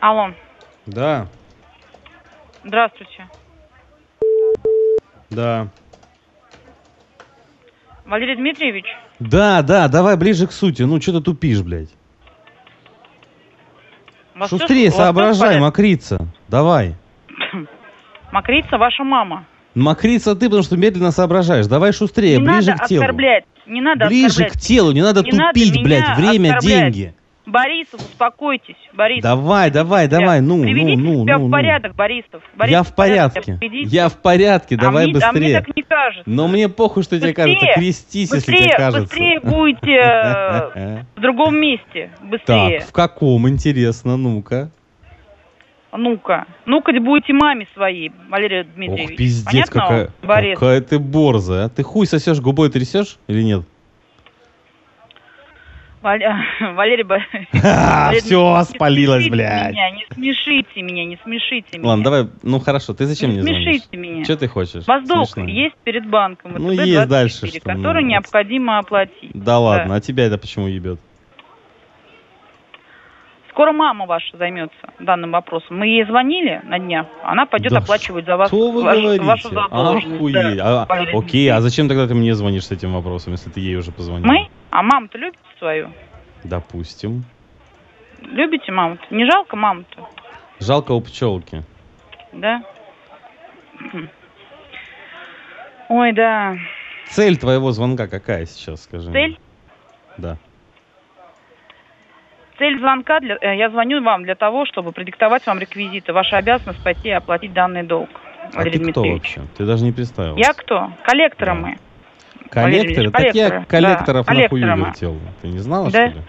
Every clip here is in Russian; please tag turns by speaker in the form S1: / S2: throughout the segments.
S1: Алло,
S2: Да,
S1: здравствуйте.
S2: да.
S1: Валерий Дмитриевич,
S2: Да, да, давай ближе к сути. Ну, что ты тупишь, блядь?
S1: у вас всё-
S2: Шустрее
S1: у вас всё
S2: соображай,
S1: в порядке?
S2: мокрица. Давай.
S1: Мокрица ваша мама.
S2: Мокрица ты, потому что медленно соображаешь. Давай шустрее,
S1: не
S2: Э, ближе
S1: надо
S2: к телу.
S1: оскорблять. Не надо
S2: ближе к
S1: оскорблять.
S2: телу, не надо
S1: Не надо
S2: тупить,
S1: меня
S2: блядь. Время,
S1: оскорблять.
S2: деньги.
S1: Борисов, успокойтесь. Борисов.
S2: Давай, давай,
S1: Борисов,
S2: давай, ну, ну,
S1: Приведите
S2: ну,
S1: себя
S2: ну,
S1: в
S2: ну.
S1: порядок, Борисов.
S2: Я
S1: Борисов,
S2: в порядке.
S1: приведите.
S2: Я в порядке,
S1: А
S2: давай
S1: мне- А мне
S2: быстрее.
S1: так не кажется.
S2: Но мне похуй, что тебе
S1: Быстрее,
S2: кажется. Крестись, если тебе
S1: Быстрее,
S2: кажется.
S1: быстрее будете э, в другом месте.
S2: Так,
S1: Быстрее.
S2: в каком, интересно, ну-ка.
S1: Ну-ка. Ну-ка будете маме своей, Валерий Дмитриевич.
S2: Ох, пиздец,
S1: Понятно вам,
S2: какая,
S1: Борис?
S2: какая ты борзая. а. Ты хуй сосешь, губой трясешь или нет?
S1: Валя- Валерий Борисович. Блин,
S2: Все,
S1: не
S2: спалилась,
S1: смешите
S2: А, блядь.
S1: Меня, не смешите меня, не смешите меня.
S2: Ладно, давай, ну хорошо, ты зачем
S1: не
S2: мне звонишь?
S1: смешите меня.
S2: Что ты хочешь?
S1: Воздух
S2: Смешно.
S1: есть перед банком.
S2: Ну,
S1: ВТБ
S2: есть дальше,
S1: 24,
S2: что, ну,
S1: который
S2: вот.
S1: необходимо оплатить.
S2: Да ладно, а тебя это почему ебет?
S1: Скоро мама ваша займется данным вопросом. Мы ей звонили на днях, она пойдет
S2: Да
S1: оплачивать за вас
S2: Что вы
S1: ваш-
S2: говорите?
S1: вашу задолженность.
S2: Охуеть.
S1: Да.
S2: А,
S1: Валерий
S2: окей, а зачем тогда ты мне звонишь с этим вопросом, если ты ей уже позвонил?
S1: Мы? А маму-то любите свою?
S2: Допустим.
S1: Любите маму-то? Не жалко маму-то?
S2: Жалко у пчелки.
S1: Да? Ой, да.
S2: Цель твоего звонка какая сейчас, скажи? мне?
S1: Цель?
S2: Да.
S1: Цель звонка, для, э, я звоню вам для того, чтобы продиктовать вам реквизиты. Ваша обязанность пойти и оплатить данный долг.
S2: А ты кто вообще? Ты даже не представил.
S1: Я кто? Коллекторы
S2: Да.
S1: мы. Валерий
S2: Коллекторы? Так я
S1: Коллекторы,
S2: коллекторов
S1: да,
S2: на хую
S1: коллекторы.
S2: вертел. Ты не знала,
S1: Да.
S2: что ли?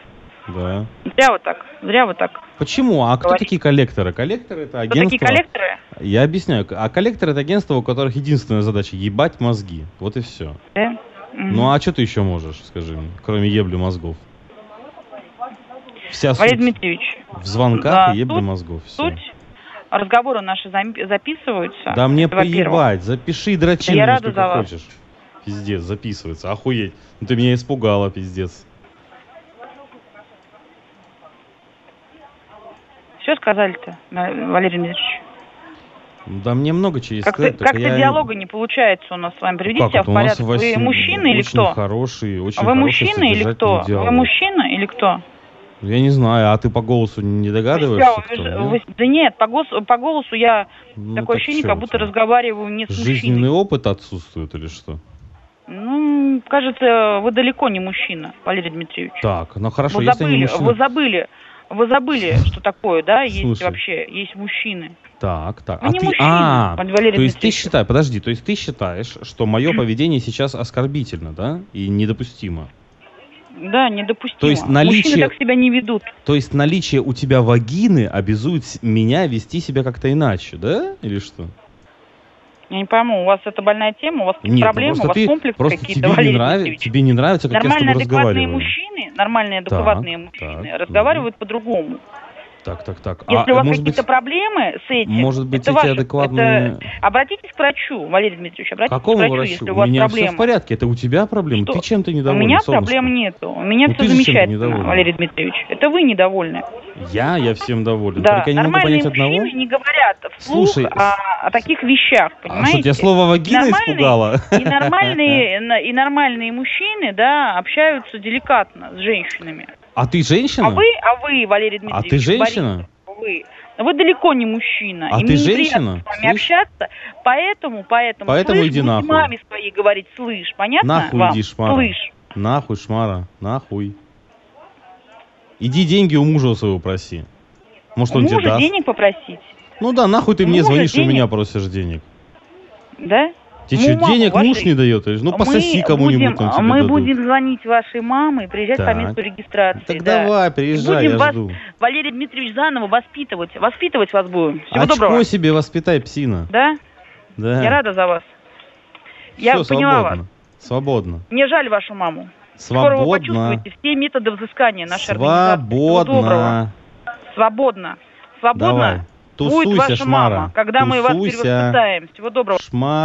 S2: Да.
S1: Зря вот так, зря вот так.
S2: Почему? А кто
S1: Говори.
S2: такие коллекторы? Коллекторы
S1: Кто
S2: это
S1: такие
S2: агентство.
S1: коллекторы?
S2: Я объясняю. А коллекторы это агентство, у которых единственная задача ебать мозги. Вот и все.
S1: Да? Мгм.
S2: Ну а что ты еще можешь, скажи мне, кроме ебли мозгов? Вся
S1: Валерий
S2: а суть
S1: Дмитриевич,
S2: в звонках
S1: да,
S2: и ебли
S1: суть-
S2: мозгов. Все.
S1: суть разговоры наши зам- записываются.
S2: Да мне
S1: Это во-первых.
S2: поебать, запиши и дрочи
S1: Да я
S2: меня
S1: рада
S2: сколько
S1: за вас.
S2: хочешь. Пиздец, записывается, охуеть. Ну ты меня испугала, пиздец.
S1: Все сказали-то, Ва- Валерий Дмитриевич.
S2: Да мне много чего есть
S1: Как-то
S2: сказать, только
S1: как-то
S2: я- Ну
S1: диалога не получается у нас с вами. Приведите
S2: Как
S1: себя
S2: это?
S1: в
S2: У нас
S1: порядок.
S2: Василий
S1: Вы мужчина или
S2: очень
S1: кто?
S2: хороший, очень
S1: Вы
S2: хороший
S1: мужчина или
S2: содержательный
S1: кто? Вы
S2: диалог.
S1: мужчина или кто?
S2: Я не знаю, а ты по голосу не
S1: Я
S2: догадываешься, кто?
S1: уже-
S2: нет?
S1: вы- да нет, по, гос- по голосу я
S2: Ну,
S1: такое
S2: так
S1: ощущение,
S2: чё
S1: как
S2: у
S1: будто
S2: тебя?
S1: разговариваю не с
S2: Жизненный
S1: мужчиной.
S2: опыт отсутствует или что?
S1: Ну, кажется, вы далеко не мужчина, Валерий Дмитриевич.
S2: Так, ну хорошо,
S1: вы
S2: если я
S1: забыли,
S2: не мужчина...
S1: вы забыли, вы забыли, что такое, да, есть
S2: Слушай.
S1: вообще, есть мужчины.
S2: Так, так.
S1: Вы
S2: а
S1: не
S2: ты...
S1: мужчина,
S2: А,
S1: Валерий Дмитриевич.
S2: то есть ты считаешь, подожди, то есть ты считаешь, что мое поведение сейчас оскорбительно, да? И недопустимо.
S1: Да, недопустимо.
S2: То есть наличие-
S1: Мужчины так себя не ведут.
S2: То есть наличие у тебя вагины обязует с- меня вести себя как-то иначе, да? Или что?
S1: Я не пойму, у вас это больная тема, у вас
S2: Нет, ну
S1: проблемы, у
S2: просто
S1: вас
S2: ты
S1: комплексы
S2: просто
S1: какие-то,
S2: тебе не,
S1: Валерий
S2: нравится,
S1: Дмитриевич.
S2: тебе не нравится, как
S1: Нормально
S2: я с тобой
S1: адекватные
S2: разговариваю.
S1: мужчины, нормальные адекватные мужчины
S2: так,
S1: разговаривают по-другому.
S2: Так, так, так.
S1: Если
S2: а
S1: у вас
S2: может быть,
S1: какие-то проблемы с этим,
S2: может быть,
S1: это
S2: эти
S1: ваши-
S2: адекватные.
S1: обратитесь к врачу, Валерий Дмитриевич,
S2: К
S1: обратитесь
S2: Какому
S1: к врачу,
S2: врачу?
S1: если у
S2: У
S1: вас
S2: меня
S1: проблемы.
S2: все в порядке. Это у тебя проблемы.
S1: Что?
S2: Ты чем-то
S1: У
S2: недоволен?
S1: меня
S2: солнышко?
S1: проблем нету. У меня
S2: Ну,
S1: все
S2: ты же чем-то
S1: замечательно,
S2: недовольна.
S1: Валерий Дмитриевич. Это вы недовольны.
S2: Я, я всем доволен.
S1: Да,
S2: Только я не могу
S1: нормальные
S2: понять
S1: мужчины
S2: одного.
S1: не говорят вслух
S2: Слушай,
S1: о, о таких вещах,
S2: А что,
S1: понимаете?
S2: тебя слово вагина
S1: Нормальные-
S2: испугало?
S1: И нормальные, на- и нормальные мужчины, да, общаются деликатно с женщинами.
S2: А ты женщина?
S1: А вы, а вы, Валерий
S2: А
S1: Дмитриевич,
S2: ты женщина?
S1: Борисов, вы, вы далеко не мужчина. и
S2: А ты
S1: мне неприятно
S2: женщина?
S1: с вами
S2: Слышь?
S1: общаться, поэтому, поэтому,
S2: Поэтому
S1: слышь,
S2: иди
S1: будете
S2: нахуй.
S1: маме своей говорить, слышь, понятно
S2: Нахуй
S1: вам?
S2: иди, шмара.
S1: Слышь.
S2: Нахуй, шмара, нахуй. Иди деньги у мужа своего проси. Может,
S1: У
S2: он тебе
S1: мужа
S2: даст?
S1: денег попросить,
S2: Ну да, нахуй ты мне
S1: Мужа
S2: звонишь и у
S1: денег?
S2: меня просишь денег.
S1: да?
S2: Тебе
S1: Ну,
S2: что,
S1: мама,
S2: денег
S1: вашей-
S2: муж не дает? или ж? Ну, пососи
S1: Мы
S2: кому-нибудь,
S1: будем- а
S2: там тебе
S1: Мы
S2: дадут.
S1: будем звонить вашей маме и приезжать по
S2: Так.
S1: месту регистрации.
S2: Так
S1: да.
S2: давай, приезжай,
S1: Будем
S2: я
S1: вас
S2: жду.
S1: Валерий Дмитриевич заново воспитывать. Воспитывать вас будем. Всего
S2: Очко
S1: доброго.
S2: себе воспитай, псина.
S1: Да?
S2: А Да.
S1: Я рада за вас. Я
S2: Всё,
S1: поняла
S2: свободно.
S1: вас.
S2: Свободно.
S1: Мне жаль вашу маму. Скоро вы
S2: Свободно.
S1: почувствуете все методы взыскания нашей организации. Всего доброго.
S2: Свободно.
S1: Свободно. Свободно
S2: Давай.
S1: будет
S2: Тусуйся,
S1: ваша
S2: шмара.
S1: мама, когда мы вас
S2: Тусуйся,
S1: перевоспитаем. Всего доброго.
S2: Шмара.